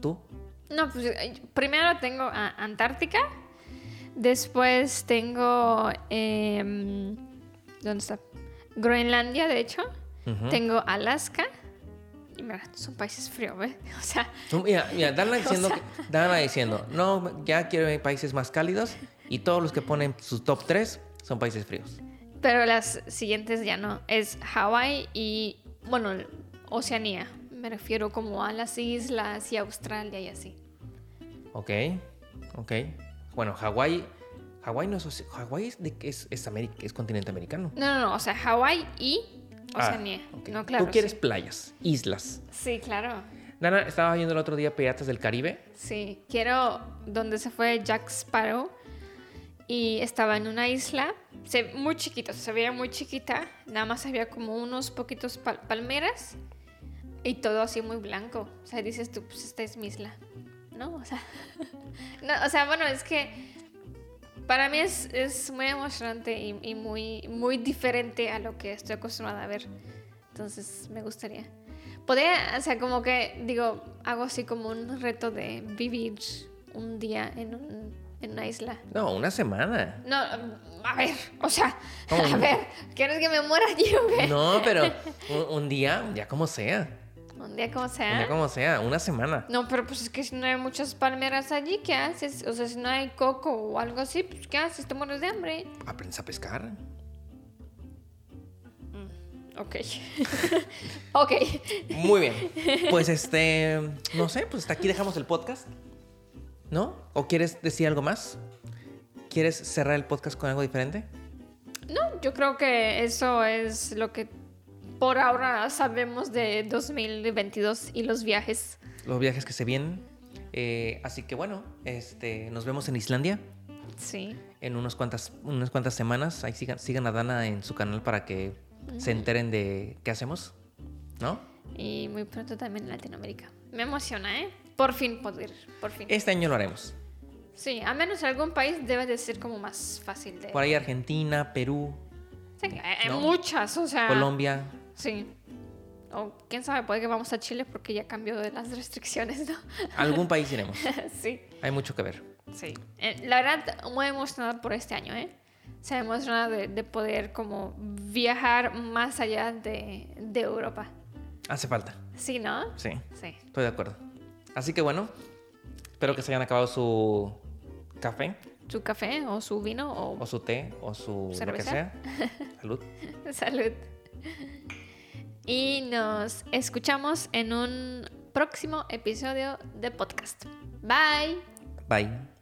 Speaker 2: ¿Tú?
Speaker 1: no, pues eh, primero tengo a Antártica, después tengo... em, ¿Dónde está? Groenlandia, de hecho.
Speaker 2: Ujú.
Speaker 1: Tengo Alaska. Y mira, son países fríos, ¿ves? O sea,
Speaker 2: Tú, Mira, mira, Dana diciendo, que- Dana diciendo, no, ya quiero ir a países más cálidos y todos los que ponen sus top 3 son países fríos.
Speaker 1: pero las siguientes ya no. Es Hawái y, bueno, Oceanía. Me refiero como a las islas y Australia y así.
Speaker 2: Ok, ok. Bueno, Hawái, Hawái no es, oce- Hawái es, de, es, es, Ameri- es continente americano.
Speaker 1: No, no, no, o sea, Hawái y
Speaker 2: Ah,
Speaker 1: Oceanía.
Speaker 2: ok.
Speaker 1: No, claro.
Speaker 2: Tú quieres
Speaker 1: Sí.
Speaker 2: playas, islas.
Speaker 1: Sí, claro.
Speaker 2: Dana, estaba viendo el otro día Piratas del Caribe.
Speaker 1: Sí, quiero donde se fue Jack Sparrow y estaba en una isla, se, muy chiquita, se veía muy chiquita, nada más había como unos poquitos pal- palmeras y todo así muy blanco. O sea, dices tú, pues esta es mi isla, ¿no? O sea, no, o sea bueno, es que para mí es, es muy emocionante y, y muy, muy diferente a lo que estoy acostumbrada a ver. Entonces, me gustaría. Podría, o sea, como que, digo, hago así como un reto de vivir un día en, un- en una isla.
Speaker 2: No, una semana.
Speaker 1: No, a ver, o sea,
Speaker 2: ¿Cómo
Speaker 1: a
Speaker 2: no?
Speaker 1: ver, ¿quieres que me muera yo? o qué?
Speaker 2: No, pero un, un día, ya como sea.
Speaker 1: Un día como
Speaker 2: Un día
Speaker 1: sea.
Speaker 2: como sea, una semana.
Speaker 1: No, pero pues es que si no hay muchas palmeras allí, ¿qué haces? O sea, si no hay coco o algo así, pues ¿qué haces? Te mueres de hambre.
Speaker 2: Aprendes a pescar.
Speaker 1: Ok. ok.
Speaker 2: Muy bien. Pues este, no sé, pues hasta aquí dejamos el podcast. ¿No? ¿O quieres decir algo más? ¿Quieres cerrar el podcast con algo diferente?
Speaker 1: No, yo creo que eso es lo que por ahora sabemos de 2022 y los viajes.
Speaker 2: Los viajes que se vienen. Eh, así que bueno, este, nos vemos en Islandia
Speaker 1: Sí.
Speaker 2: en unas cuantas, unas cuantas semanas. Ahí sigan, sigan a Dana en su canal para que se enteren de qué hacemos. ¿No?
Speaker 1: Y muy pronto también en Latinoamérica. Me emociona, ¿eh? Por fin poder, por fin.
Speaker 2: Este año lo haremos.
Speaker 1: Sí, a menos algún país debe de ser como más fácil de...
Speaker 2: Por ahí Argentina, Perú,
Speaker 1: Sí, hay, hay
Speaker 2: No.
Speaker 1: muchas, o sea...
Speaker 2: Colombia.
Speaker 1: Sí. O quién sabe, puede que vamos a Chile porque ya cambió de las restricciones, ¿no?
Speaker 2: Algún país iremos.
Speaker 1: sí,
Speaker 2: Hay mucho que ver.
Speaker 1: sí. Eh, la verdad, muy emocionada por este año, ¿eh? Se ha emocionado de, de poder como viajar más allá de, de Europa.
Speaker 2: Hace falta.
Speaker 1: Sí, ¿no?
Speaker 2: Sí.
Speaker 1: Sí.
Speaker 2: Estoy de acuerdo. Así que bueno, espero que se hayan acabado su café
Speaker 1: Su café o su vino o...
Speaker 2: o su té o su lo que
Speaker 1: ¿Cerveza?
Speaker 2: sea. Salud.
Speaker 1: Salud. Y nos escuchamos en un próximo episodio de podcast. Bye.
Speaker 2: Bye.